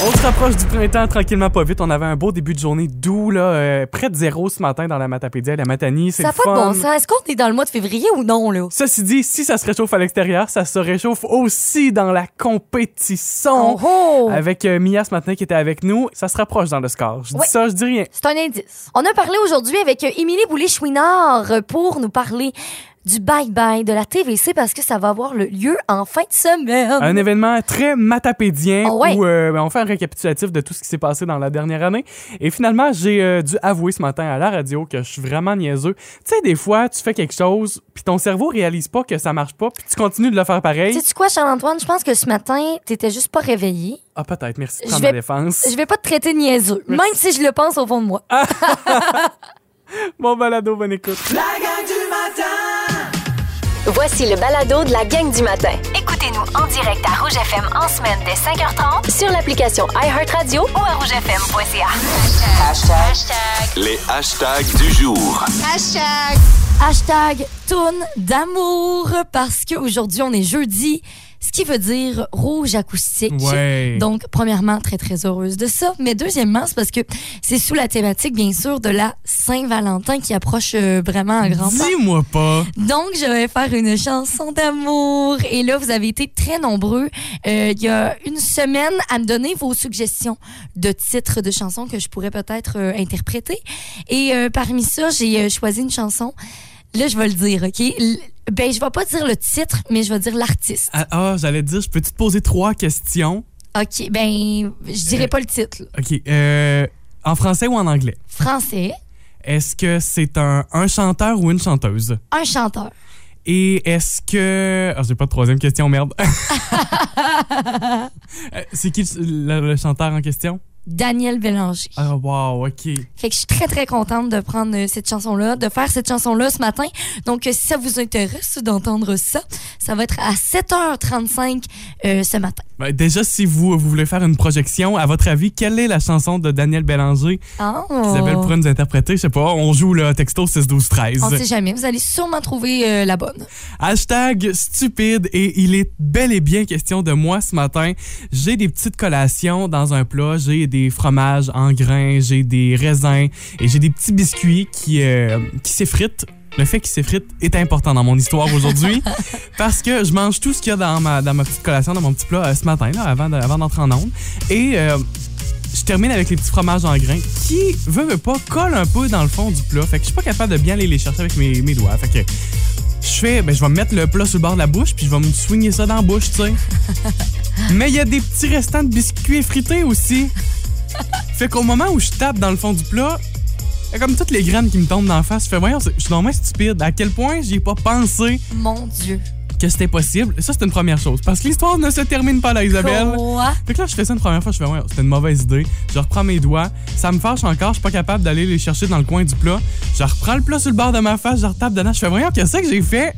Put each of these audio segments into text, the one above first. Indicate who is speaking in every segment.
Speaker 1: On se rapproche du printemps tranquillement pas vite. On avait un beau début de journée doux, là, euh, près de zéro ce matin dans la Matapédia. La Matanie, c'est
Speaker 2: Ça n'a
Speaker 1: le
Speaker 2: pas de
Speaker 1: fun.
Speaker 2: bon sens. Est-ce qu'on est dans le mois de février ou non, là?
Speaker 1: Ceci dit, si ça se réchauffe à l'extérieur, ça se réchauffe aussi dans la compétition.
Speaker 2: Oh, oh!
Speaker 1: Avec euh, Mia ce matin qui était avec nous, ça se rapproche dans le score. Je dis
Speaker 2: Oui.
Speaker 1: ça, je dis rien.
Speaker 2: C'est un indice. On a parlé aujourd'hui avec euh, Émilie Boulay-Chouinard euh, pour nous parler du bye-bye de la TVC parce que ça va avoir le lieu en fin de semaine.
Speaker 1: Un événement très matapédien
Speaker 2: Ah ouais.
Speaker 1: où euh, ben, on fait un récapitulatif de tout ce qui s'est passé dans la dernière année. Et finalement, j'ai euh, dû avouer ce matin à la radio que je suis vraiment niaiseux. Tu sais, des fois, tu fais quelque chose, puis ton cerveau réalise pas que ça marche pas, puis tu continues de le faire pareil.
Speaker 2: Sais-tu quoi, Charles-Antoine? Je pense que ce matin, t'étais juste pas réveillé.
Speaker 1: Ah, peut-être. Merci de
Speaker 2: Je
Speaker 1: prendre
Speaker 2: vais-
Speaker 1: ma défense.
Speaker 2: Je vais pas te traiter de niaiseux, même si je le pense au fond de moi.
Speaker 1: Bon balado, bonne écoute.
Speaker 3: La gang du matin
Speaker 4: Voici le balado de la gang du matin. Écoutez-nous en direct à Rouge FM en semaine dès 5h30 sur l'application iHeartRadio ou à rougefm.ca.
Speaker 5: Les hashtags du jour.
Speaker 2: Hashtag tourne d'amour parce qu'aujourd'hui, on est jeudi, ce qui veut dire rouge acoustique.
Speaker 1: Ouais.
Speaker 2: Donc, premièrement, très, très heureuse de ça. Mais deuxièmement, c'est parce que c'est sous la thématique, bien sûr, de la Saint-Valentin qui approche euh, vraiment à grand pas.
Speaker 1: Dis-moi pas.
Speaker 2: Donc, je vais faire une chanson d'amour. Et là, vous avez été très nombreux euh, il y a une semaine à me donner vos suggestions de titres de chansons que je pourrais peut-être euh, interpréter. Et euh, parmi ça, j'ai euh, choisi une chanson. Là, je vais le dire, OK? L- ben, je vais pas dire le titre, mais je vais dire l'artiste.
Speaker 1: Ah, ah, j'allais te dire, je peux-tu te poser trois questions?
Speaker 2: OK, ben, je dirai
Speaker 1: Euh.
Speaker 2: pas le titre. là.
Speaker 1: OK. euh, en français ou en anglais?
Speaker 2: Français,
Speaker 1: Est-ce que c'est un, un chanteur ou une chanteuse?
Speaker 2: un chanteur.
Speaker 1: Et est-ce que. Ah, j'ai pas de troisième question, merde. Euh, c'est qui le, le- le chanteur en question?
Speaker 2: Daniel Bélanger.
Speaker 1: Ah, wow, OK.
Speaker 2: Fait que je suis très, très contente de prendre euh, cette chanson-là, de faire cette chanson-là ce matin. Donc, euh, si ça vous intéresse d'entendre ça, ça va être à 7h35 euh, ce matin.
Speaker 1: Ben, déjà, si vous, vous voulez faire une projection, à votre avis, quelle est la chanson de Daniel Bélanger
Speaker 2: Ah,
Speaker 1: qu'Isabelle
Speaker 2: on-
Speaker 1: pourrait nous interpréter? Je sais pas, on joue le texto
Speaker 2: on sait
Speaker 1: 6-12-13.
Speaker 2: jamais. Vous allez sûrement trouver euh, la bonne.
Speaker 1: Hashtag stupide et il est bel et bien question de moi ce matin. J'ai des petites collations dans un plat, j'ai des fromages en grains, j'ai des raisins et j'ai des petits biscuits qui, euh, qui s'effritent. Le fait qu'ils s'effritent est important dans mon histoire aujourd'hui parce que je mange tout ce qu'il y a dans ma, dans ma petite collation, dans mon petit plat euh, ce matin, là, avant de- avant d'entrer en onde. Et euh, je termine avec les petits fromages en grains qui, veut, veut pas, collent un peu dans le fond du plat. Fait que je suis pas capable de bien aller les chercher avec mes, mes doigts. Fait que je fais, ben, je vais mettre le plat sur le bord de la bouche, puis je vais me swinguer ça dans la bouche, tu sais. Mais il y a des petits restants de biscuits frités aussi. Fait qu'au moment où je tape dans le fond du plat, il y a comme toutes les graines qui me tombent dans la face. Je fais, voyons, c'est- je suis normalement stupide. À quel point j'y ai pas pensé
Speaker 2: Mon Dieu.
Speaker 1: que c'était possible. Ça, c'est une première chose. Parce que l'histoire ne se termine pas là, Isabelle.
Speaker 2: Quoi?
Speaker 1: Fait que là, je fais ça une première fois, je fais, ouais, c'était une mauvaise idée. Je reprends mes doigts, ça me fâche encore, je suis pas capable d'aller les chercher dans le coin du plat. Je reprends le plat sur le bord de ma face, je retape dedans, je fais, voyons, qu'est-ce que j'ai fait?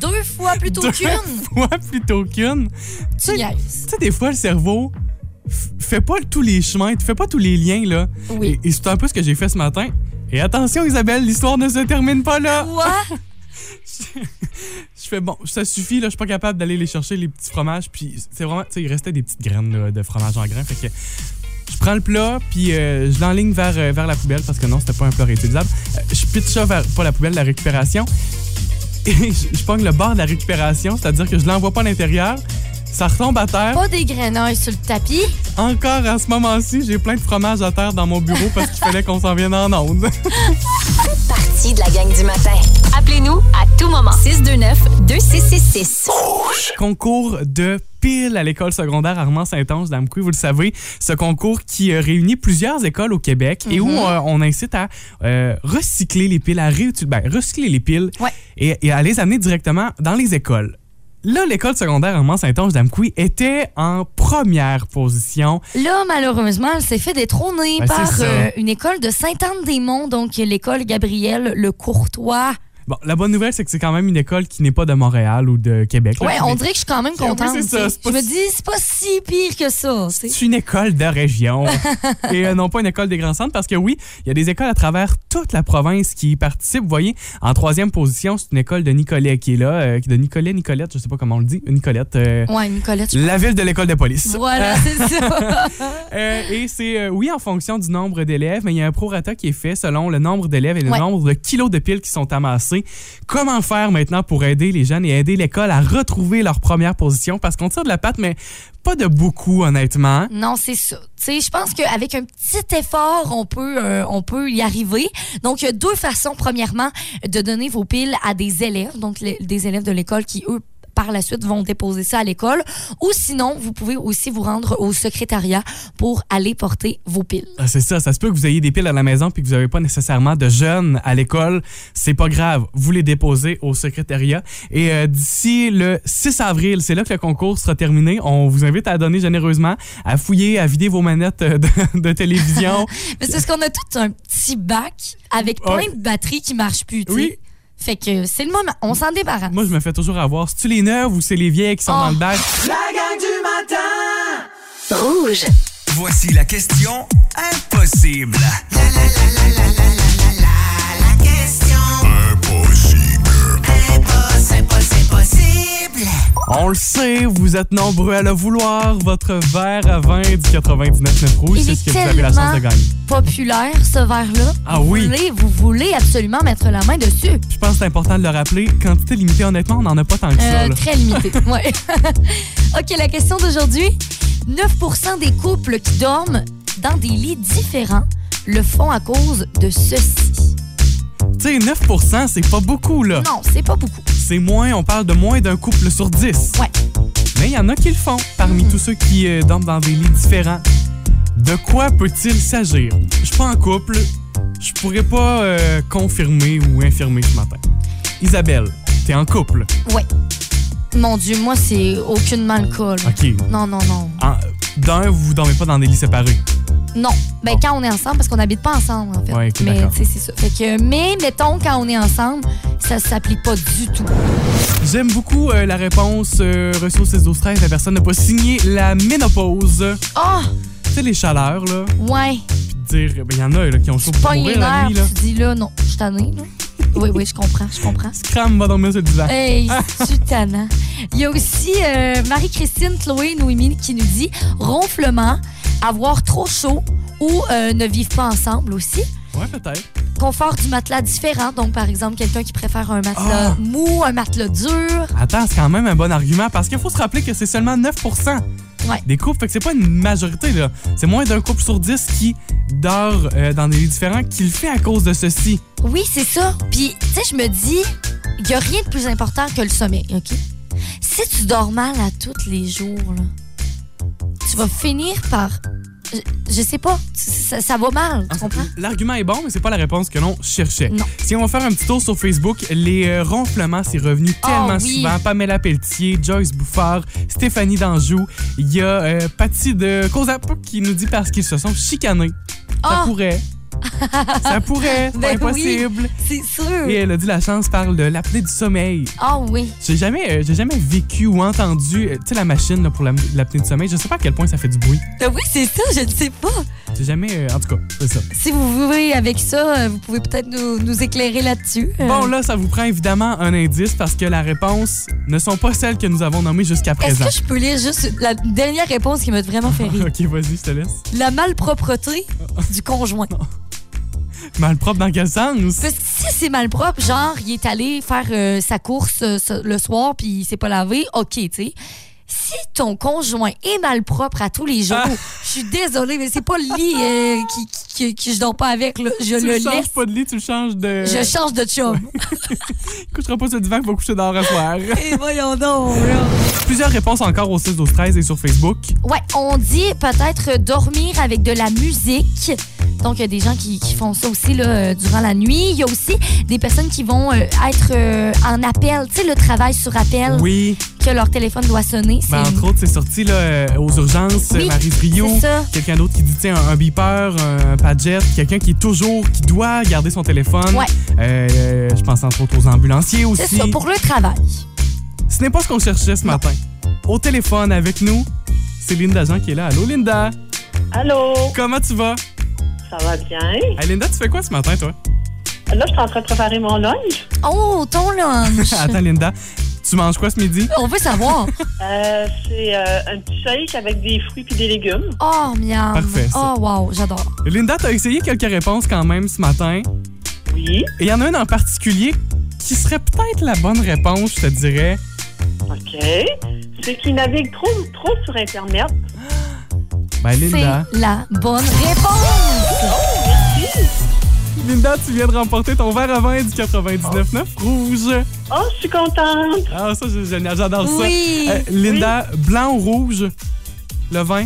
Speaker 2: Deux fois plutôt
Speaker 1: Deux
Speaker 2: qu'une.
Speaker 1: fois plutôt qu'une. Tu
Speaker 2: Tu
Speaker 1: sais,
Speaker 2: niaises.
Speaker 1: tu sais, des fois, le cerveau f- fait pas tous les chemins, tu fais pas tous les liens, là.
Speaker 2: Oui.
Speaker 1: Et, et c'est un peu ce que j'ai fait ce matin. Et attention, Isabelle, l'histoire ne se termine pas là.
Speaker 2: Quoi?
Speaker 1: Je fais, bon, ça suffit, là, je suis pas capable d'aller les chercher, les petits fromages. Puis, c'est vraiment, tu sais, il restait des petites graines là, de fromage en grains. Fait que je prends le plat, puis euh, je l'enligne vers, euh, vers la poubelle, parce que non, c'était pas un plat réutilisable. Euh, je pitch ça vers, pas la poubelle, la récupération. Et je, je pogne le bord de la récupération, c'est-à-dire que je l'envoie pas à l'intérieur. Ça retombe à terre.
Speaker 2: Pas des grenouilles sur le tapis.
Speaker 1: Encore à ce moment-ci, j'ai plein de fromage à terre dans mon bureau parce qu'il fallait qu'on s'en vienne en onde.
Speaker 4: Partie de la gang du matin. Appelez-nous à tout moment. 629-2666.
Speaker 1: concours de pile à l'école secondaire Armand Saint-Ange d'Amqui, vous le savez, ce concours qui euh, réunit plusieurs écoles au Québec et
Speaker 2: Mhm.
Speaker 1: où euh, on incite à euh, recycler les piles, à réutiliser, ben, recycler les piles
Speaker 2: Ouais.
Speaker 1: et, et à les amener directement dans les écoles. Là, l'école secondaire Armand Saint-Ange d'Amqui était en première position.
Speaker 2: Là, malheureusement, elle s'est fait détrôner
Speaker 1: Ben, c'est
Speaker 2: par
Speaker 1: ça.
Speaker 2: euh, une école de Sainte-Anne-des-Monts, donc l'école Gabriel Le Courtois.
Speaker 1: Bon, la bonne nouvelle, c'est que c'est quand même une école qui n'est pas de Montréal ou de Québec. là,
Speaker 2: Ouais,
Speaker 1: mais
Speaker 2: on dirait que je suis quand même
Speaker 1: Oui,
Speaker 2: contente.
Speaker 1: c'est ça,
Speaker 2: tu sais.
Speaker 1: c'est pas
Speaker 2: je me
Speaker 1: si-
Speaker 2: dis, c'est pas si pire que ça. tu sais.
Speaker 1: C'est une école de région et euh, non pas une école des grands centres parce que oui, il y a des écoles à travers toute la province qui y participent. Vous voyez, en troisième position, c'est une école de Nicolet qui est là, euh, de Nicolet, Nicolette, je sais pas comment on le dit, Nicolette. euh,
Speaker 2: Ouais, Nicolette, je
Speaker 1: La ville de l'école de police.
Speaker 2: Voilà, c'est ça.
Speaker 1: Euh, et c'est, euh, oui, en fonction du nombre d'élèves, mais il y a un prorata qui est fait selon le nombre d'élèves et le
Speaker 2: Ouais.
Speaker 1: nombre de kilos de piles qui sont amassés. Comment faire maintenant pour aider les jeunes et aider l'école à retrouver leur première position? Parce qu'on tire de la patte, mais pas de beaucoup, honnêtement.
Speaker 2: Non, c'est ça. Tu sais, je pense qu'avec un petit effort, on peut, euh, on peut y arriver. Donc, il y a deux façons. Premièrement, de donner vos piles à des élèves, donc les- des élèves de l'école qui, eux, par la suite, vont déposer ça à l'école. Ou sinon, vous pouvez aussi vous rendre au secrétariat pour aller porter vos piles.
Speaker 1: Ah, c'est ça, ça se peut que vous ayez des piles à la maison puis que vous n'avez pas nécessairement de jeunes à l'école. C'est pas grave, vous les déposez au secrétariat. Et euh, d'ici le 6 avril, c'est là que le concours sera terminé. On vous invite à donner généreusement, à fouiller, à vider vos manettes euh, de- de télévision.
Speaker 2: Mais c'est parce qu'on a tout un petit bac avec plein
Speaker 1: Ouais.
Speaker 2: de batteries qui marchent plus, tu sais.
Speaker 1: Oui.
Speaker 2: Fait que c'est le moment. On s'en débarrasse.
Speaker 1: Moi, je me fais toujours avoir. C'est-tu les neuves ou c'est les vieilles qui sont
Speaker 2: Oh.
Speaker 1: dans le bac?
Speaker 3: La gang du matin
Speaker 4: Rouge.
Speaker 6: Voici la question impossible.
Speaker 1: On le sait, vous êtes nombreux à le vouloir. Votre verre à vin du 99 rouge,
Speaker 2: Il
Speaker 1: c'est
Speaker 2: est
Speaker 1: ce que vous avez la chance de
Speaker 2: tellement-
Speaker 1: gagner.
Speaker 2: populaire, ce verre-là.
Speaker 1: Ah
Speaker 2: Vous
Speaker 1: oui.
Speaker 2: voulez- vous voulez absolument mettre la main dessus. Euh,
Speaker 1: Je pense que c'est important de le rappeler. Quantité limitée, honnêtement, on n'en a pas tant que
Speaker 2: Euh,
Speaker 1: ça. là.
Speaker 2: très limité. ouais. OK, la question d'aujourd'hui. 9 des couples qui dorment dans des lits différents le font à cause de ceci.
Speaker 1: Tu sais, 9 c'est pas beaucoup, là.
Speaker 2: Non, c'est pas beaucoup.
Speaker 1: C'est moins, on parle de moins d'un couple sur 10.
Speaker 2: Ouais. Mm-hmm.
Speaker 1: Mais il y en a qui le font, parmi tous ceux qui euh, dorment dans des lits différents. De quoi peut-il s'agir? Je suis pas en couple. Je pourrais pas euh, confirmer ou infirmer ce matin. Isabelle, t'es en couple.
Speaker 2: Mon Dieu, moi, c'est aucunement le cas. là.
Speaker 1: OK.
Speaker 2: Non, non, non.
Speaker 1: En- D'un, vous dormez pas dans des lits séparés.
Speaker 2: Non. Ben,
Speaker 1: Bon.
Speaker 2: quand on est ensemble, parce qu'on n'habite pas ensemble, en fait.
Speaker 1: Ouais, ok,
Speaker 2: mais,
Speaker 1: d'accord.
Speaker 2: tu sais, c'est ça. Fait que, mais, mettons, quand on est ensemble, ça s'applique pas du tout.
Speaker 1: J'aime beaucoup euh, la réponse euh, ressources 12 13 La personne n'a pas signé la ménopause.
Speaker 2: Ah,
Speaker 1: Tu sais, les chaleurs, là.
Speaker 2: ouais.
Speaker 1: Puis de dire, ben, il y en a là, qui ont chaud pour
Speaker 2: Pas les
Speaker 1: mourir la
Speaker 2: nerfs,
Speaker 1: nuit, là.
Speaker 2: tu dis là, non, je suis tannée, là. Oui, oui, je comprends, je comprends.
Speaker 1: Crame, va dormir sur le divan.
Speaker 2: Hey, c'est tannant. Il y a aussi euh, Marie-Christine, Chloé, Noémie qui nous dit ronflement, avoir trop chaud ou euh, ne vivre pas ensemble aussi.
Speaker 1: Ouais, peut-être.
Speaker 2: Confort du matelas différent, donc par exemple quelqu'un qui préfère un matelas
Speaker 1: Ah.
Speaker 2: mou, un matelas dur.
Speaker 1: Attends, c'est quand même un bon argument parce qu'il faut se rappeler que c'est seulement 9
Speaker 2: Ouais.
Speaker 1: des couples. Fait que c'est pas une majorité, là. C'est moins d'un couple sur 10 qui dort euh, dans des lits différents qui le fait à cause de ceci.
Speaker 2: Oui, c'est ça. Puis, tu sais, je me dis, il n'y a rien de plus important que le sommeil, OK? Si tu dors mal à tous les jours, là, tu vas finir par. Je, je sais pas, tu- ça, ça va
Speaker 1: Ah,
Speaker 2: mal, tu comprends?
Speaker 1: L'argument est bon, mais c'est pas la réponse que l'on cherchait.
Speaker 2: Non.
Speaker 1: Si on va faire un petit tour sur Facebook, les euh, ronflements, c'est revenu tellement
Speaker 2: Oh, oui.
Speaker 1: souvent. Pamela Pelletier, Joyce Bouffard, Stéphanie Danjou. Il y a euh, Patty de Causapo qui nous dit parce qu'ils se sont chicanés. Ça
Speaker 2: Ah,
Speaker 1: pourrait. Ça pourrait, c'est pas
Speaker 2: Ben oui.
Speaker 1: impossible.
Speaker 2: c'est sûr!
Speaker 1: Et elle a dit la chance parle de l'apnée du sommeil.
Speaker 2: Ah oui.
Speaker 1: J'ai jamais, euh, j'ai jamais vécu ou entendu, euh, tu sais, la machine là, pour l'am- l'apnée du sommeil. Je sais pas à quel point ça fait du bruit.
Speaker 2: Ah oui, c'est ça, je ne sais pas.
Speaker 1: J'ai jamais, euh, en tout cas, c'est ça.
Speaker 2: Si vous voulez avec ça, euh, vous pouvez peut-être nous, nous éclairer là-dessus. Euh,
Speaker 1: Bon, là, ça vous prend évidemment un indice parce que la réponse ne sont pas celles que nous avons nommées jusqu'à
Speaker 2: Est-ce
Speaker 1: présent.
Speaker 2: que je peux lire juste la dernière réponse qui m'a vraiment fait rire?
Speaker 1: Ok, vas-y, je te laisse.
Speaker 2: La malpropreté du conjoint.
Speaker 1: Malpropre dans quel sens?
Speaker 2: Parce que si c'est malpropre, genre, il est allé faire euh, sa course euh, ce- le soir puis il s'est pas lavé, OK, tu sais. Si ton conjoint est malpropre à tous les jours, je suis désolée, mais c'est pas le lit euh, qui, qui, qui- que je dors pas avec. là. Je
Speaker 1: tu
Speaker 2: le
Speaker 1: changes
Speaker 2: laisse.
Speaker 1: pas de lit, tu le changes de.
Speaker 2: Je change de chum.
Speaker 1: Tu coucheras pas sur le divan, va coucher dehors à soir.
Speaker 2: Et voyons donc, là.
Speaker 1: Plusieurs réponses encore au 6, 12, 13 et sur Facebook.
Speaker 2: Ouais, on dit peut-être dormir avec de la musique, Donc, il y a des gens qui, qui font ça aussi là, euh, durant la nuit. Il y a aussi des personnes qui vont euh, être euh, en appel. Tu sais, le travail sur appel,
Speaker 1: Oui,
Speaker 2: que leur téléphone doit sonner.
Speaker 1: ben,
Speaker 2: c'est-
Speaker 1: entre autres, c'est sorti là, euh, aux urgences,
Speaker 2: Oui,
Speaker 1: Marie Rio,
Speaker 2: c'est ça.
Speaker 1: quelqu'un d'autre qui dit tiens, un, un beeper, un padjet, quelqu'un qui est toujours, qui doit garder son téléphone.
Speaker 2: Ouais.
Speaker 1: Euh, je pense entre autres aux ambulanciers
Speaker 2: C'est
Speaker 1: aussi.
Speaker 2: ça, pour le travail.
Speaker 1: Ce n'est pas ce qu'on cherchait ce matin. Au téléphone avec nous, c'est Linda Jean qui est là. Allô Linda,
Speaker 7: Allô,
Speaker 1: comment tu vas?
Speaker 7: ça va bien?
Speaker 1: Hey, Linda, tu fais quoi ce matin toi?
Speaker 7: Là, je suis en train de préparer mon lunch.
Speaker 2: Oh, ton lunch!
Speaker 1: Attends Linda, tu manges quoi ce midi?
Speaker 2: On veut savoir.
Speaker 7: Euh, c'est euh, un petit shake avec des fruits puis des légumes.
Speaker 2: Oh, miam.
Speaker 1: Parfait, ça.
Speaker 2: Oh, wow, j'adore.
Speaker 1: Linda, t'as essayé quelques réponses quand même ce matin.
Speaker 7: Oui,
Speaker 1: Et il y en a une en particulier qui serait peut-être la bonne réponse, je te dirais.
Speaker 7: OK. Ceux qui naviguent trop, trop sur Internet.
Speaker 1: Ben
Speaker 2: C'est
Speaker 1: Linda.
Speaker 2: la bonne réponse.
Speaker 1: Linda, tu viens de remporter ton verre à vin du 99.9 rouge.
Speaker 7: Oh, je suis contente.
Speaker 1: Ah, ça, c'est génial. J'adore ça.
Speaker 2: Oui.
Speaker 1: Euh, Linda, blanc ou rouge? Le vin?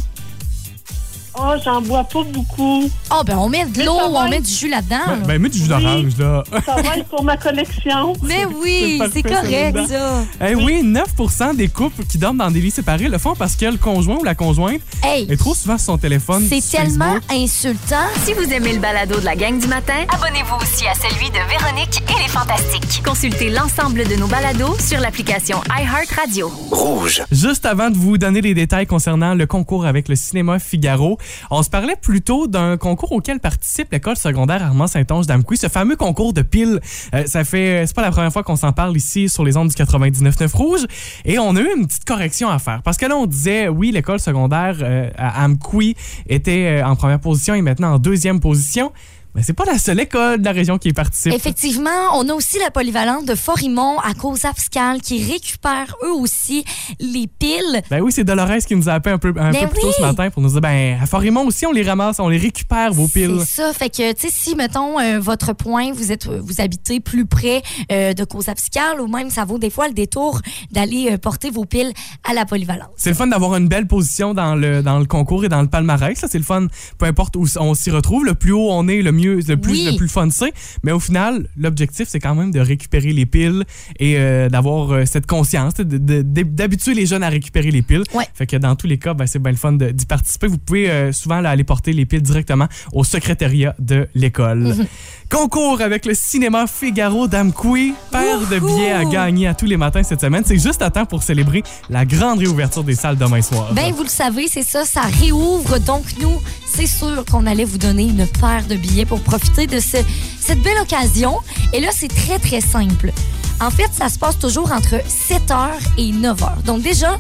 Speaker 7: Oh, j'en bois pas beaucoup.
Speaker 2: Oh, ben, on met de l'eau,
Speaker 7: ça va
Speaker 2: on
Speaker 7: être-
Speaker 2: met du jus là-dedans.
Speaker 1: Ben,
Speaker 2: là.
Speaker 1: ben, mets du jus d'orange, là.
Speaker 7: Ça va être pour ma collection.
Speaker 2: Mais oui,
Speaker 1: C'est
Speaker 2: c'est
Speaker 1: parfait,
Speaker 2: correct,
Speaker 1: Linda.
Speaker 2: ça.
Speaker 1: Eh oui, 9 des couples qui dorment dans des lits séparés le font parce que le conjoint ou la conjointe
Speaker 2: Hey,
Speaker 1: est trop souvent sur son téléphone.
Speaker 2: c'est
Speaker 1: sur
Speaker 2: tellement
Speaker 1: Facebook.
Speaker 2: insultant.
Speaker 4: Si vous aimez le balado de la gang du matin, abonnez-vous aussi à celui de Véronique et les Fantastiques. Consultez l'ensemble de nos balados sur l'application iHeartRadio.
Speaker 5: Rouge.
Speaker 1: Juste avant de vous donner les détails concernant le concours avec le cinéma Figaro, on se parlait plutôt d'un concours auquel participe l'école secondaire Armand Saint-Onge d'Amqui, ce fameux concours de piles. Euh, ça fait, c'est pas la première fois qu'on s'en parle ici sur les ondes du 99.9 rouge, et on a eu une petite correction à faire parce que là on disait oui l'école secondaire euh, à Amqui était euh, en première position et maintenant en deuxième position, mais c'est pas la seule école de la région qui y participe.
Speaker 2: Effectivement, on a aussi la polyvalente de Forimont à cause fiscale qui récupère eux aussi les piles.
Speaker 1: Ben oui, c'est Dolores qui nous a appelé un peu, un
Speaker 2: Ben
Speaker 1: peu plus tôt ce
Speaker 2: oui.
Speaker 1: matin pour nous dire ben à Forimont aussi on les ramasse, on les récupère vos piles.
Speaker 2: C'est ça, fait que tu sais si mettons euh, votre point, vous êtes vous habitez plus près euh, de cause fiscale ou même ça vaut des fois le détour d'aller euh, porter vos piles à la polyvalente.
Speaker 1: C'est le fun d'avoir une belle position dans le, dans le concours et dans le palmarès. Ça, c'est le fun. Peu importe où on s'y retrouve, le plus haut on est, le mieux, le plus,
Speaker 2: Oui.
Speaker 1: le plus fun c'est. Mais au final, l'objectif, c'est quand même de récupérer les piles et euh, d'avoir euh, cette conscience, de- de- de- d'habituer les jeunes à récupérer les piles.
Speaker 2: Ouais.
Speaker 1: Fait que dans tous les cas, ben, c'est bien le fun de- d'y participer. Vous pouvez euh, souvent là, aller porter les piles directement au secrétariat de l'école.
Speaker 2: Mhm.
Speaker 1: Concours avec le cinéma Figaro d'Amqui. Paire de
Speaker 2: Wouhou!
Speaker 1: billets à gagner à tous les matins cette semaine. C'est juste à temps pour célébrer la grande réouverture des salles demain soir.
Speaker 2: Ben vous le savez, c'est ça, ça réouvre donc nous, c'est sûr qu'on allait vous donner une paire de billets pour profiter de ce- cette belle occasion et là c'est très très simple. En fait, ça se passe toujours entre 7h et 9h. Donc déjà,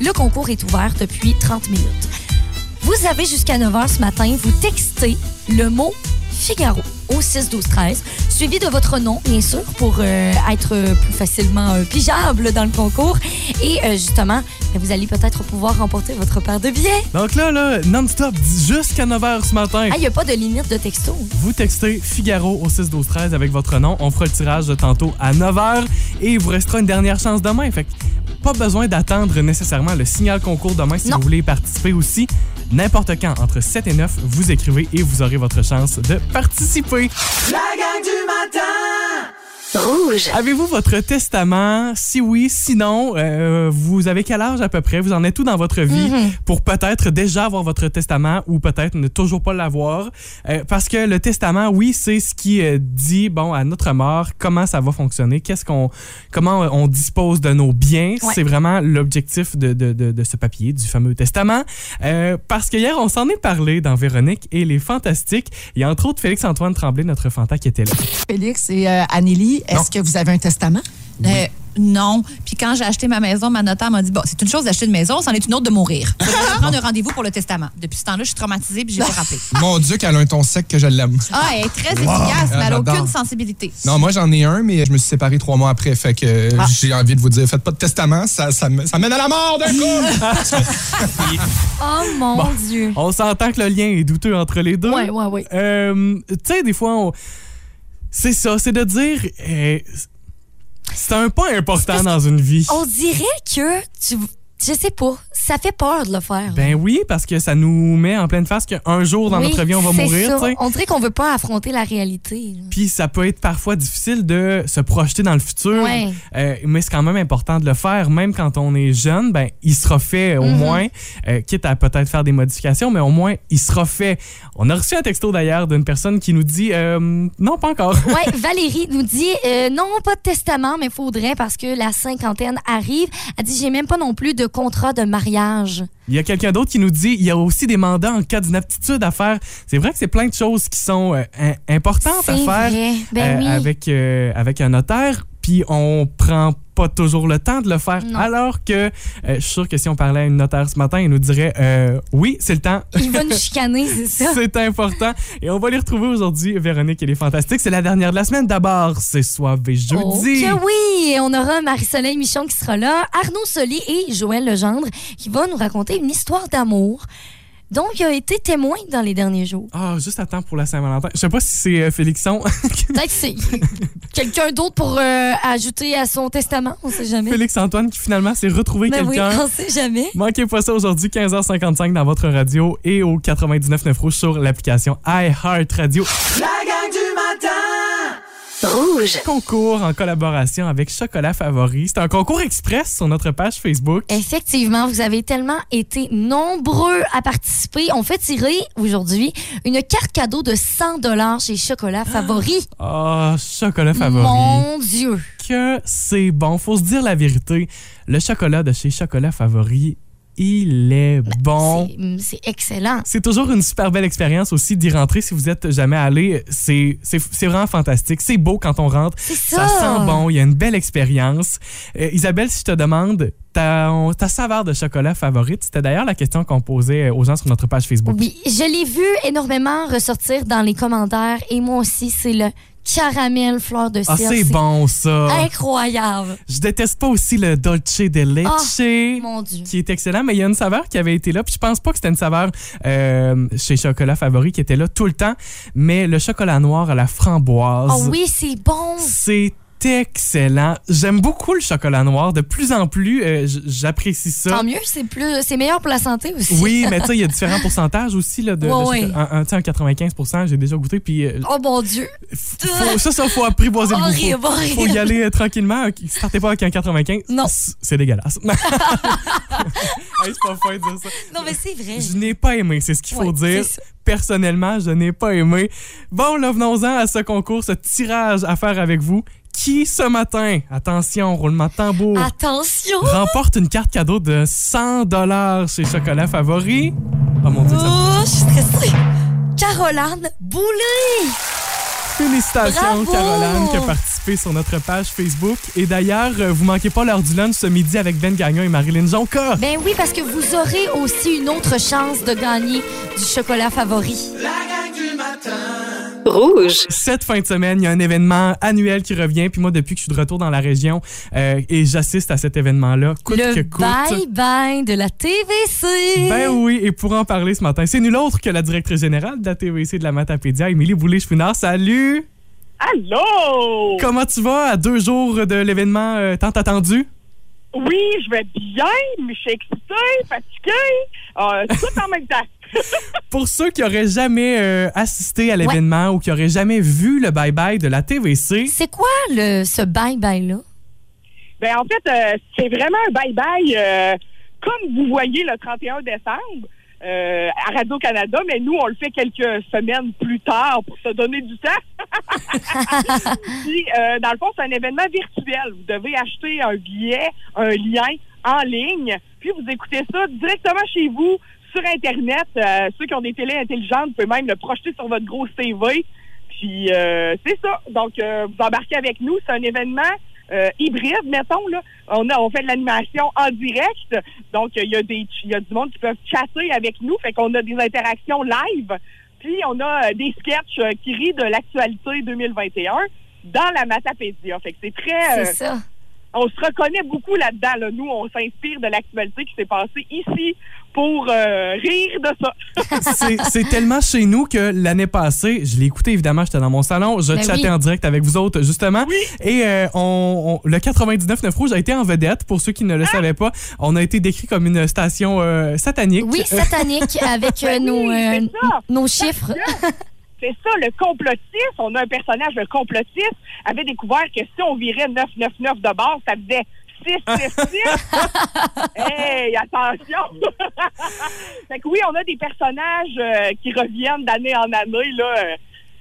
Speaker 2: le concours est ouvert depuis 30 minutes. Vous avez jusqu'à 9h ce matin, vous textez le mot Figaro au 6 12 13 suivi de votre nom bien sûr pour euh, être euh, plus facilement euh, pigeable dans le concours et euh, justement ben, vous allez peut-être pouvoir remporter votre paire de billets.
Speaker 1: Donc là, là non-stop, jusqu'à 9h ce matin,
Speaker 2: Ah, il n'y a pas de limite de texto.
Speaker 1: vous textez Figaro au 6 12 13 avec votre nom. On fera le tirage tantôt à 9h et il vous restera une dernière chance demain. Fait que pas besoin d'attendre nécessairement le signal concours demain si
Speaker 2: Non.
Speaker 1: vous voulez y participer aussi. N'importe quand, entre 7 et 9, vous écrivez et vous aurez votre chance de participer.
Speaker 3: La gang du matin
Speaker 4: Rouge.
Speaker 1: Avez-vous votre testament? Si oui, sinon, euh, vous avez quel âge à peu près? Vous en êtes tout dans votre vie pour peut-être déjà avoir votre testament ou peut-être ne toujours pas l'avoir? Euh, parce que le testament, oui, c'est ce qui euh, dit, bon, à notre mort, comment ça va fonctionner, qu'est-ce qu'on, comment euh, on dispose de nos biens.
Speaker 2: Ouais.
Speaker 1: C'est vraiment l'objectif de, de- de- de ce papier, du fameux testament. Euh, parce que hier, on s'en est parlé dans Véronique et les Fantastiques. Il y a entre autres Félix-Antoine Tremblay, notre fanta, qui était là.
Speaker 8: Félix et euh, Anneli,
Speaker 1: Non.
Speaker 8: est-ce que vous avez un testament?
Speaker 9: Euh, non. Puis quand j'ai acheté ma maison, ma notaire m'a dit Bon, c'est une chose d'acheter une maison, c'en est une autre de mourir. Je vais prendre un rendez-vous pour le testament. Depuis ce temps-là, je suis traumatisée puis j'ai pas rappelé.
Speaker 10: Mon Dieu, qu'elle a un ton sec que je l'aime.
Speaker 9: Ah, elle est très efficace, mais elle n'a
Speaker 10: j'adore.
Speaker 9: aucune sensibilité.
Speaker 10: Non, moi j'en ai un, mais je me suis séparé trois mois après. Fait que euh, j'ai envie de vous dire, faites pas de testament, ça, ça, me- ça mène à la mort d'un coup!
Speaker 2: Oh mon Dieu.
Speaker 1: On s'entend que le lien est douteux entre les deux.
Speaker 2: Ouais, ouais, ouais.
Speaker 1: Euh, tu sais, des fois, on... c'est ça, c'est de dire. euh, c'est un pas important dans une vie.
Speaker 2: On dirait que tu, Je sais pas. Ça fait peur de le faire.
Speaker 1: Ben oui, parce que ça nous met en pleine face qu'un jour dans
Speaker 2: Oui,
Speaker 1: notre vie, on va
Speaker 2: c'est
Speaker 1: mourir.
Speaker 2: ça.
Speaker 1: tu sais.
Speaker 2: On dirait qu'on veut pas affronter la réalité. là.
Speaker 1: Puis ça peut être parfois difficile de se projeter dans le futur,
Speaker 2: Ouais.
Speaker 1: Euh, mais c'est quand même important de le faire, même quand on est jeune. Ben, il sera fait au
Speaker 2: Mhm.
Speaker 1: moins, euh, quitte à peut-être faire des modifications, mais au moins il sera fait. On a reçu un texto d'ailleurs d'une personne qui nous dit euh, non, pas encore.
Speaker 2: Ouais, Valérie nous dit euh, non, pas de testament, mais faudrait parce que la cinquantaine arrive. Elle dit j'ai même pas non plus de contrat de mariage.
Speaker 1: Il y a quelqu'un d'autre qui nous dit il y a aussi des mandats en cas d'inaptitude à faire. C'est vrai que c'est plein de choses qui sont euh, im- importantes à
Speaker 2: C'est
Speaker 1: faire.
Speaker 2: vrai. Ben
Speaker 1: euh,
Speaker 2: oui.
Speaker 1: avec, euh, avec un notaire, puis on prend pas toujours le temps de le faire.
Speaker 2: Non.
Speaker 1: Alors que euh, je suis sûr que si on parlait à une notaire ce matin, elle nous dirait euh, oui, c'est le temps.
Speaker 2: Il va nous chicaner, c'est ça.
Speaker 1: C'est important. Et on va les retrouver aujourd'hui, Véronique, elle est fantastique. C'est la dernière de la semaine. D'abord, c'est soir et
Speaker 2: Oh,
Speaker 1: jeudi.
Speaker 2: que oui! Et On aura Marie-Soleil Michon qui sera là, Arnaud Soli et Joël Legendre qui vont nous raconter une histoire d'amour dont il a été témoin dans les derniers jours.
Speaker 1: Ah, juste à temps pour la Saint-Valentin. Je sais pas si c'est euh, Félixon.
Speaker 2: Peut-être que c'est quelqu'un d'autre pour euh, ajouter à son testament, on sait jamais.
Speaker 1: Félix-Antoine qui finalement s'est retrouvé
Speaker 2: Ben oui,
Speaker 1: quelqu'un.
Speaker 2: on sait jamais.
Speaker 1: Manquez pas ça aujourd'hui, 15h55 dans votre radio et au 99.9 Rouge sur l'application iHeartRadio.
Speaker 3: La gang du matin!
Speaker 1: concours en collaboration avec Chocolat Favori. C'est un concours express sur notre page Facebook.
Speaker 2: Eh. Effectivement, vous avez tellement été nombreux à participer. On fait tirer aujourd'hui une carte cadeau de 100 dollars chez Chocolat Favori.
Speaker 1: Ah, Chocolat Favori.
Speaker 2: Mon Dieu.
Speaker 1: Que c'est bon. Faut se dire la vérité. Le chocolat de chez Chocolat Favori, il est bon.
Speaker 2: C'est- mm, C'est excellent.
Speaker 1: C'est toujours une super belle expérience aussi d'y rentrer si vous êtes jamais allé. C'est c'est- c'est vraiment fantastique. C'est beau quand on rentre.
Speaker 2: C'est
Speaker 1: Ça
Speaker 2: ça.
Speaker 1: sent bon. Il y a une belle expérience. Euh, Isabelle, si je te demande ta, on- ta saveur de chocolat favorite, c'était d'ailleurs la question qu'on posait euh, aux gens sur notre page Facebook.
Speaker 2: Oui, je l'ai vu énormément ressortir dans les commentaires et moi aussi, c'est le caramel fleur de
Speaker 1: Ah,
Speaker 2: cire.
Speaker 1: c'est bon, ça.
Speaker 2: Incroyable.
Speaker 1: Je déteste pas aussi le dolce de leche.
Speaker 2: Ah, Mon Dieu.
Speaker 1: qui est excellent, mais il y a une saveur qui avait été là, puis je pense pas que c'était une saveur euh, chez Chocolat Favori qui était là tout le temps, mais le chocolat noir à la framboise,
Speaker 2: Oh oui, c'est bon.
Speaker 1: c'est excellent. J'aime beaucoup le chocolat noir, de plus en plus, euh, j- j'apprécie ça.
Speaker 2: Tant mieux, c'est plus, c'est meilleur pour la santé aussi.
Speaker 1: Oui, mais tu sais, il y a différents pourcentages aussi. Là, de, de
Speaker 2: Ouais,
Speaker 1: chocolat- un, un- tu sais, un 95 j'ai déjà goûté. Puis, euh,
Speaker 2: Oh mon Dieu.
Speaker 1: faut- ça, ça, faut apprivoiser le goût.
Speaker 2: Horrible, horrible.
Speaker 1: faut y aller euh, tranquillement. Ok, Startez pas avec un 95.
Speaker 2: Non.
Speaker 1: C- C'est dégueulasse. Hey, c'est pas fin de dire ça.
Speaker 2: Non, mais c'est vrai.
Speaker 1: Je n'ai pas aimé, c'est ce qu'il faut
Speaker 2: Ouais,
Speaker 1: dire.
Speaker 2: c'est ça.
Speaker 1: Personnellement, je n'ai pas aimé. Bon, là, venons-en à ce concours, ce tirage à faire avec vous. Qui, ce matin, attention, roulement de tambour,
Speaker 2: Attention.
Speaker 1: remporte une carte cadeau de 100 chez Chocolat Favori? Oh mon Dieu, ça
Speaker 2: Oh, je suis stressée. Caroline Boulay.
Speaker 1: Félicitations,
Speaker 2: Bravo!
Speaker 1: Caroline, qui a participé sur notre page Facebook. Et d'ailleurs, euh, vous manquez pas l'heure du lunch ce midi avec Ben Gagnon et Marilyn Jonca.
Speaker 2: Ben oui, parce que vous aurez aussi une autre chance de gagner du chocolat favori.
Speaker 3: La gang du matin!
Speaker 1: Cette fin de semaine, il y a un événement annuel qui revient. Puis moi, depuis que je suis de retour dans la région euh, et j'assiste à cet événement-là, coûte que
Speaker 2: le
Speaker 1: coûte.
Speaker 2: bye-bye de la TVC.
Speaker 1: Ben oui, et pour en parler ce matin, c'est nul autre que la directrice générale de la TVC de la Matapédia, Émilie Boulay-Chouinard. Salut!
Speaker 7: Allô?
Speaker 1: Comment tu vas à deux jours de l'événement euh, tant attendu?
Speaker 7: Oui, je vais bien, mais je suis excitée, fatiguée. Euh, tout en même temps.
Speaker 1: Pour ceux qui auraient jamais euh, assisté à l'événement ou qui auraient jamais vu le bye-bye de la TVC,
Speaker 2: C'est quoi le, ce bye-bye-là?
Speaker 7: Ben, en fait, euh, c'est vraiment un bye-bye. euh, comme vous voyez le 31 décembre euh, à Radio-Canada, mais nous, on le fait quelques semaines plus tard pour se donner du temps. Puis, euh, dans le fond, c'est un événement virtuel. Vous devez acheter un billet, un lien en ligne, puis vous écoutez ça directement chez vous sur Internet. Euh, ceux qui ont des télés intelligentes, vous pouvez même le projeter sur votre gros CV. Puis, euh, c'est ça. Donc, euh, vous embarquez avec nous. C'est un événement euh, hybride, mettons. Là. On, a, on fait de l'animation en direct. Donc, il y, a des, il y a du monde qui peuvent chatter avec nous. Fait qu'on a des interactions live. Puis, on a euh, des sketchs euh, qui rient de l'actualité 2021 dans la Matapédia. Fait que c'est très... euh,
Speaker 2: C'est ça.
Speaker 7: on se reconnaît beaucoup là-dedans. là. Nous, on s'inspire de l'actualité qui s'est passée ici pour euh, rire de ça.
Speaker 1: C'est c'est tellement chez nous que l'année passée, je l'ai écouté évidemment, j'étais dans mon salon, je
Speaker 2: Ben
Speaker 1: chattais
Speaker 2: oui.
Speaker 1: en direct avec vous autres justement. Et euh, on, on- le 99.9 Rouge a été en vedette, pour ceux qui ne le
Speaker 2: Ah!
Speaker 1: savaient pas. On a été décrit comme une station euh, satanique.
Speaker 2: Oui, satanique avec euh, nos, euh,
Speaker 7: c'est ça.
Speaker 2: nos chiffres.
Speaker 7: C'est ça, le complotiste. On a un personnage, le complotiste, avait découvert que si on virait 999 de base, ça faisait 666. hey, attention! fait que oui, on a des personnages euh, qui reviennent d'année en année. Là,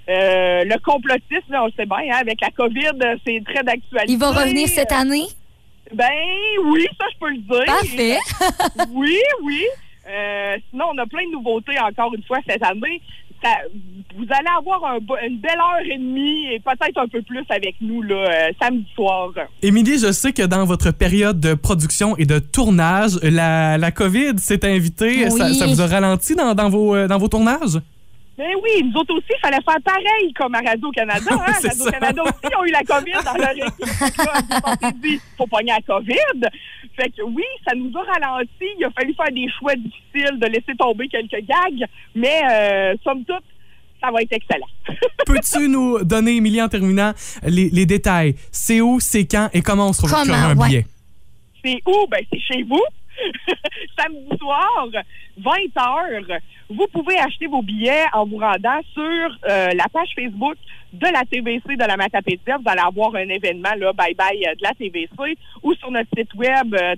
Speaker 7: Euh, le complotiste, là, on le sait bien, hein, avec la COVID, euh, c'est très d'actualité.
Speaker 2: Il va revenir cette année.
Speaker 7: Ben oui, ça, je peux le dire.
Speaker 2: Parfait.
Speaker 7: Oui, oui. Euh, sinon, on a plein de nouveautés encore une fois cette année. Ça- vous allez avoir un bo- une belle heure et demie et peut-être un peu plus avec nous là, euh, samedi soir.
Speaker 1: Émilie, je sais que dans votre période de production et de tournage, la, la COVID s'est invitée. Ça,
Speaker 2: Oui.
Speaker 1: ça vous a ralenti dans, dans vos, euh, dans vos tournages?
Speaker 7: Mais Ben oui, nous autres aussi, il fallait faire pareil comme à Radio-Canada. Hein?
Speaker 1: c'est
Speaker 7: Radio-Canada aussi ont eu la COVID dans leur équipe. Là, on s'est dit, faut pogner la COVID. Fait que oui, ça nous a ralenti. Il a fallu faire des choix difficiles, de laisser tomber quelques gags. Mais euh, somme toute, ça va être excellent.
Speaker 1: Peux-tu nous donner, Émilie, en terminant, les, les détails? C'est où, c'est quand et comment on se retrouve
Speaker 2: Comment,
Speaker 1: un
Speaker 2: ouais.
Speaker 1: billet?
Speaker 7: C'est où? Ben, c'est chez vous. Samedi soir, 20 h Vous pouvez acheter vos billets en vous rendant sur euh, la page Facebook de la TVC de la Matapédia. Vous allez avoir un événement, là, Bye Bye euh, de la TVC, ou sur notre site web euh,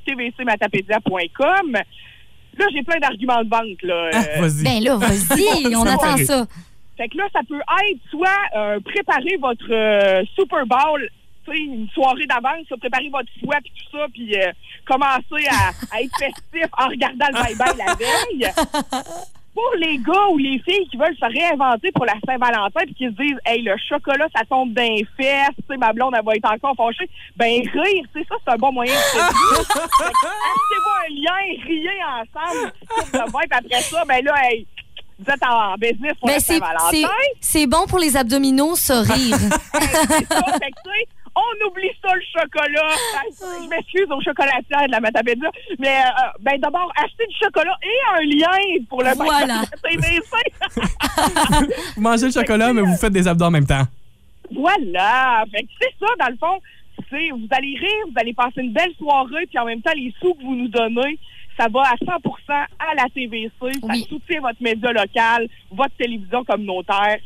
Speaker 7: tvcmatapédia.com. Là, j'ai plein d'arguments de vente, là.
Speaker 1: Ah,
Speaker 7: Euh,
Speaker 1: vas-y.
Speaker 2: Ben là, vas-y, on
Speaker 1: Ça va
Speaker 2: attend
Speaker 1: aller.
Speaker 2: ça.
Speaker 7: fait que là, ça peut être soit euh, préparer votre euh, Super Bowl, tu sais, une soirée d'avance, ça, préparer votre foie puis tout ça, puis euh, commencer à, à être festif en regardant le bye-bye la veille. Pour les gars ou les filles qui veulent se réinventer pour la Saint-Valentin puis qui se disent Hey, le chocolat, ça tombe d'un fesse, tu sais, ma blonde, elle va être encore fâchée ben rire, tu sais, ça, c'est un bon moyen de se dire. Fait que Achetez-vous un lien, riez ensemble, puis après ça, ben là, hey, vous êtes en business pour
Speaker 2: Ben
Speaker 7: la
Speaker 2: c'est- c'est
Speaker 7: Saint-Valentin.
Speaker 2: c'est bon pour les abdominaux, ça rire.
Speaker 7: C'est ça, fait que, tu sais, on oublie ça le chocolat. Fait que, Je m'excuse aux chocolatières de la Matapédia, mais euh, ben d'abord acheter du chocolat et un lien pour le
Speaker 2: Voilà.
Speaker 7: TVC.
Speaker 1: Vous mangez
Speaker 2: ben,
Speaker 1: le chocolat,
Speaker 7: que,
Speaker 1: mais vous faites des abdos en même temps.
Speaker 7: voilà, fait que c'est ça dans le fond, c'est vous allez rire, vous allez passer une belle soirée puis en même temps les sous que vous nous donnez ça va à 100% à la TVC. Ça
Speaker 2: Oui.
Speaker 7: soutient votre média local, votre télévision communautaire.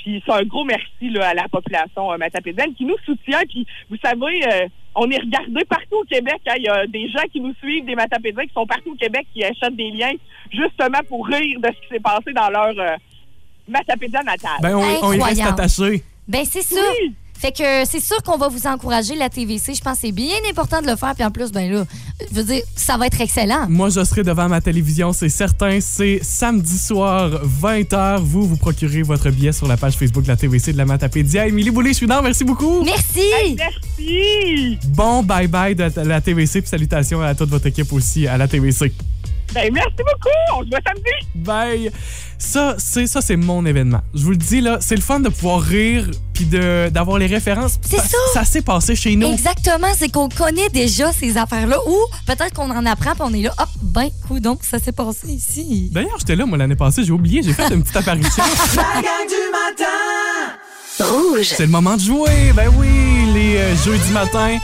Speaker 7: Puis c'est un gros merci là, à la population euh, matapédienne qui nous soutient. Puis vous savez, euh, on est regardé partout au Québec. hein. Il y a des gens qui nous suivent, des matapédiens qui sont partout au Québec, qui achètent des liens justement pour rire de ce qui s'est passé dans leur euh, matapédia natale.
Speaker 1: Ben, on, on y reste
Speaker 2: Incroyable.
Speaker 1: attaché.
Speaker 2: Ben c'est ça.
Speaker 7: Oui.
Speaker 2: Fait que c'est sûr qu'on va vous encourager la TVC, je pense que c'est bien important de le faire puis en plus ben là, je veux dire ça va être excellent.
Speaker 1: Moi, je serai devant ma télévision, c'est certain. C'est samedi soir, 20h. Vous, vous procurez votre billet sur la page Facebook de la TVC de la Matapédia. Émilie Boulay, je suis dans. Merci beaucoup.
Speaker 2: Merci.
Speaker 7: Merci!
Speaker 1: Bon bye-bye de t- la TVC. Puis salutations à toute votre équipe aussi à la TVC.
Speaker 7: Ben, merci beaucoup! On se voit samedi!
Speaker 1: Bye. Ça, c'est ça, c'est mon événement. Je vous le dis là, c'est le fun de pouvoir rire puis de d'avoir les références.
Speaker 2: C'est ça.
Speaker 1: Ça s'est passé chez nous.
Speaker 2: Exactement, c'est qu'on connaît déjà ces affaires-là ou peut-être qu'on en apprend puis on est là hop ben donc ça s'est passé ici.
Speaker 1: D'ailleurs, j'étais là moi l'année passée, j'ai oublié, j'ai fait une petite apparition.
Speaker 3: La gang du matin
Speaker 4: Rouge.
Speaker 1: C'est le moment de jouer. Ben oui, les euh, jeudis matins.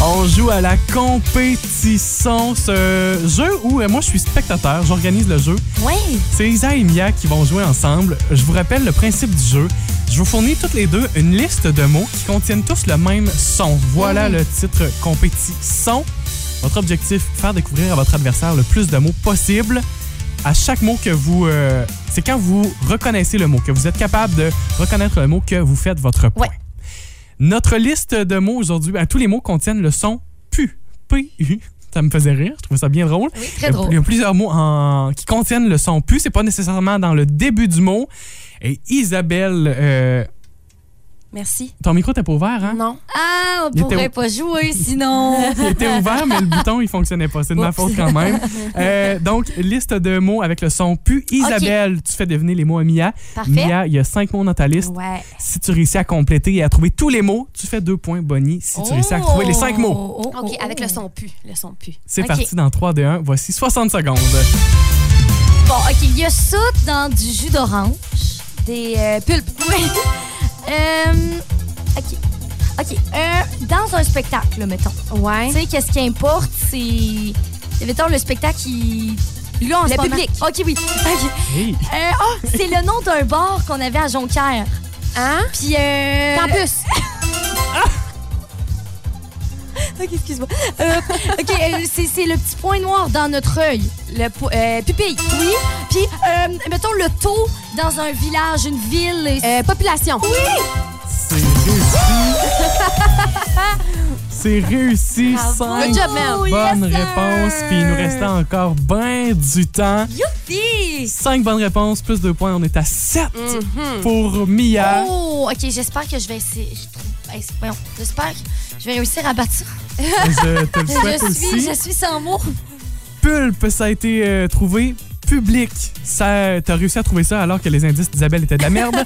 Speaker 1: On joue à la compétition, ce jeu où euh, moi je suis spectateur, j'organise le jeu.
Speaker 2: Oui.
Speaker 1: C'est Isa et Mia qui vont jouer ensemble. Je vous rappelle le principe du jeu. Je vous fournis toutes les deux une liste de mots qui contiennent tous le même son. Voilà le titre compétition. Votre objectif, faire découvrir à votre adversaire le plus de mots possible. À chaque mot que vous... euh, C'est quand vous reconnaissez le mot, que vous êtes capable de reconnaître le mot que vous faites votre point.
Speaker 2: Ouais.
Speaker 1: Notre liste de mots aujourd'hui, ben, tous les mots contiennent le son PU. P-U. Ça me faisait rire, je trouvais ça bien drôle.
Speaker 2: Oui,
Speaker 1: Il y
Speaker 2: très
Speaker 1: a- Il y
Speaker 2: drôle.
Speaker 1: a plusieurs mots en- qui contiennent le son pu. C'est pas nécessairement dans le début du mot. Et Isabelle euh,
Speaker 11: Merci.
Speaker 1: Ton micro t'es pas ouvert, hein?
Speaker 11: Non.
Speaker 2: Ah, on
Speaker 1: Il était
Speaker 2: pourrait
Speaker 1: au-
Speaker 2: pas jouer sinon.
Speaker 1: Il était ouvert, mais le bouton, il fonctionnait pas. C'est de ma
Speaker 2: Oups.
Speaker 1: faute quand même. Euh, donc, liste de mots avec le son pu. Isabelle, tu fais deviner les mots à Mia.
Speaker 2: Parfait.
Speaker 1: Mia, il y a cinq mots dans ta liste.
Speaker 2: Ouais.
Speaker 1: Si tu réussis à compléter et à trouver tous les mots, tu fais deux points, Bonnie. Si tu réussis à trouver les cinq mots,
Speaker 11: OK, avec le son pu. Le son pu.
Speaker 1: c'est
Speaker 2: Oh! Ok.
Speaker 1: parti dans 3, 2, 1. Voici 60 secondes.
Speaker 2: Bon, OK, il y a ça dans du jus d'orange, des euh, pulpes. Oui. Euh, OK. OK. euh, dans un spectacle, mettons.
Speaker 11: Ouais.
Speaker 2: Tu sais, qu'est-ce qui importe, c'est. Mettons, le spectacle, il. Là, en
Speaker 11: Le
Speaker 2: ce moment-
Speaker 11: public.
Speaker 2: OK, oui. OK.
Speaker 1: Hey.
Speaker 2: Euh, ah, c'est le nom d'un bar qu'on avait à Jonquière.
Speaker 11: Hein?
Speaker 2: Puis. Euh... Ah!
Speaker 11: Campus. OK, excuse-moi.
Speaker 2: Euh, OK, euh, c'est c'est le petit point noir dans notre œil. Le po- euh, pupille. Oui. Puis, euh, mettons le taux dans un village, une ville.
Speaker 11: Euh, population.
Speaker 2: Oui!
Speaker 1: C'est réussi. C'est réussi. Cinq
Speaker 11: Good job, man.
Speaker 1: bonnes réponses. Puis il nous restait encore bien du temps.
Speaker 2: Youpi!
Speaker 1: Cinq bonnes réponses, plus deux points. On est à 7 pour Mia.
Speaker 2: Mm-hmm. Oh, OK, j'espère que je vais essayer. Je trouve- hey, c'est- voyons, j'espère que je vais réussir à battre ça.
Speaker 1: Je te le souhaite
Speaker 2: Je suis,
Speaker 1: aussi.
Speaker 2: je suis sans mots.
Speaker 1: Pulpe, ça a été euh, trouvé. Public, ça, t'as réussi à trouver ça alors que les indices d'Isabelle étaient de la merde.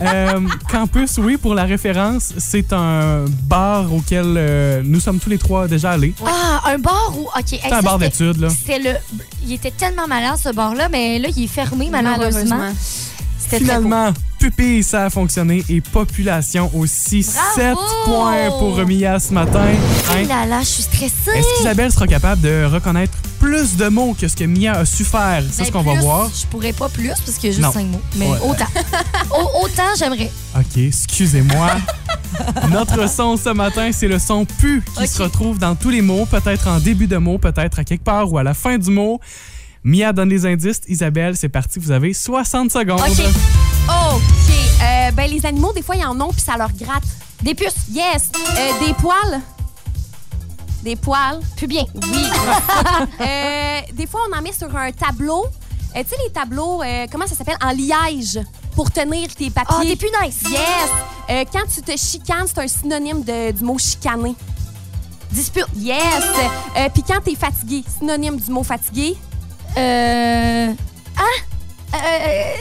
Speaker 1: Euh, campus, oui, pour la référence, c'est un bar auquel euh, nous sommes tous les trois déjà allés.
Speaker 2: Ah, un bar ou. OK, hey,
Speaker 1: C'est
Speaker 2: ça,
Speaker 1: un bar
Speaker 2: c'était-
Speaker 1: d'études, là.
Speaker 2: C'était le. Il était tellement malade, ce bar-là, mais là, il est fermé, malheureusement. C'était très beau.
Speaker 1: Finalement, pupille, ça a fonctionné et population aussi.
Speaker 2: Bravo!
Speaker 1: 7 points pour Mia ce matin.
Speaker 2: Hey
Speaker 1: Hein?
Speaker 2: Oh là là, je suis stressée.
Speaker 1: Est-ce qu'Isabelle sera capable de reconnaître plus de mots que ce que Mia a su faire? C'est
Speaker 2: Ben,
Speaker 1: ce qu'on va
Speaker 2: plus,
Speaker 1: voir.
Speaker 2: Je pourrais pas plus parce qu'il y a juste
Speaker 1: Non.
Speaker 2: cinq mots. Mais
Speaker 1: Ouais.
Speaker 2: autant. Au- autant, j'aimerais.
Speaker 1: OK, excusez-moi. Notre son ce matin, c'est le son pu qui se retrouve dans tous les mots, peut-être en début de mot, peut-être à quelque part ou à la fin du mot. Mia donne les indices. Isabelle, c'est parti. Vous avez 60 secondes.
Speaker 11: OK. OK. Euh, ben, les animaux, des fois, ils en ont, puis ça leur gratte.
Speaker 2: Des puces.
Speaker 11: Yes. Euh, des poils. Des poils.
Speaker 2: Plus bien.
Speaker 11: Oui. Euh, des fois, on en met sur un tableau. Euh, tu sais, les tableaux, euh, comment ça s'appelle? En liège, pour tenir tes
Speaker 2: Ah,
Speaker 11: papiers.
Speaker 2: des punaises.
Speaker 11: yes. Euh, quand tu te chicanes, c'est un synonyme de- du mot chicaner.
Speaker 2: Dispute.
Speaker 11: Yes. Euh, Puis quand t'es fatigué, synonyme du mot fatigué.
Speaker 2: Euh.
Speaker 11: Euh, euh,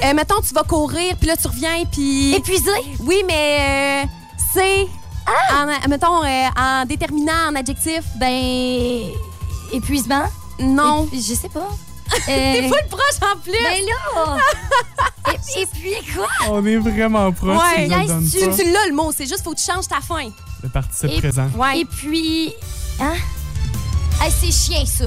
Speaker 11: euh, mettons, tu vas courir, puis là, tu reviens, puis...
Speaker 2: Épuisé.
Speaker 11: Oui, mais euh, c'est... en- mettons, euh, en déterminant, en adjectif, ben...
Speaker 2: Épuisement.
Speaker 11: Non.
Speaker 2: Épu- Je sais pas.
Speaker 11: T'es
Speaker 2: Euh,
Speaker 11: pas le proche, en plus!
Speaker 2: ben là. Et, et puis quoi?
Speaker 1: On est vraiment proche.
Speaker 11: Ouais.
Speaker 1: je le donne
Speaker 11: Tu,
Speaker 1: pas.
Speaker 11: tu l'as, le mot. C'est juste faut que tu changes ta fin.
Speaker 1: Le participe
Speaker 2: Et-
Speaker 1: présent.
Speaker 11: Ouais.
Speaker 2: Et puis. Hein? Ah, c'est chien, ça.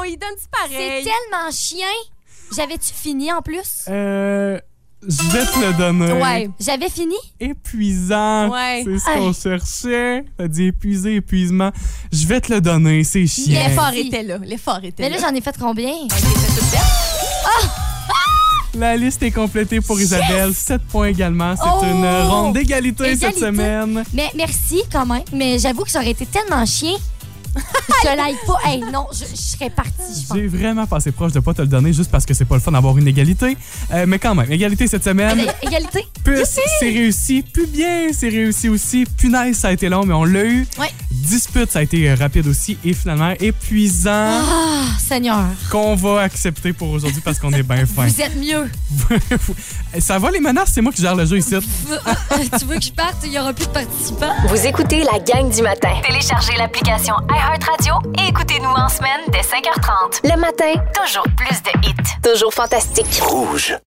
Speaker 11: on y donne-tu
Speaker 2: C'est
Speaker 11: pareil?
Speaker 2: tellement chien. J'avais-tu fini en plus?
Speaker 1: Euh, je vais te le donner.
Speaker 11: Ouais.
Speaker 2: J'avais fini?
Speaker 1: Épuisant.
Speaker 11: Ouais.
Speaker 1: C'est ce qu'on
Speaker 2: Aïe.
Speaker 1: cherchait. T'as dit épuisé, épuisement. Je vais te le donner, c'est chien.
Speaker 11: L'effort était là. L'effort était
Speaker 2: Mais
Speaker 11: là.
Speaker 2: là, j'en ai fait combien?
Speaker 1: La liste est complétée pour Isabelle. 7 points également. C'est
Speaker 2: Oh!
Speaker 1: une ronde d'égalité cette
Speaker 2: Égalité.
Speaker 1: semaine.
Speaker 2: Mais merci quand même. Mais j'avoue que ça aurait été tellement chien. je te like pas. Hey, non, je, je serais partie, je pense.
Speaker 1: J'ai vraiment passé proche de pas te le donner juste parce que c'est pas le fun d'avoir une égalité. Euh, mais quand même, égalité cette semaine.
Speaker 2: Allez, Égalité.
Speaker 1: Puce, c'est réussi. Plus bien, c'est réussi aussi. Punaise, ça a été long, mais on l'a eu.
Speaker 2: Ouais.
Speaker 1: Dispute, ça a été euh, rapide aussi. Et finalement, épuisant.
Speaker 2: Ah, Seigneur.
Speaker 1: qu'on va accepter pour aujourd'hui parce qu'on est bien fin.
Speaker 2: Vous êtes mieux.
Speaker 1: ça va les menaces, c'est moi qui gère le jeu ici.
Speaker 2: tu veux que je parte? Il n'y aura plus de participants.
Speaker 4: Vous écoutez la gang du matin. Téléchargez l'application iHeartRadio et écoutez-nous en semaine dès 5h30. Le matin, toujours plus de hits. Toujours fantastique.
Speaker 5: Rouge.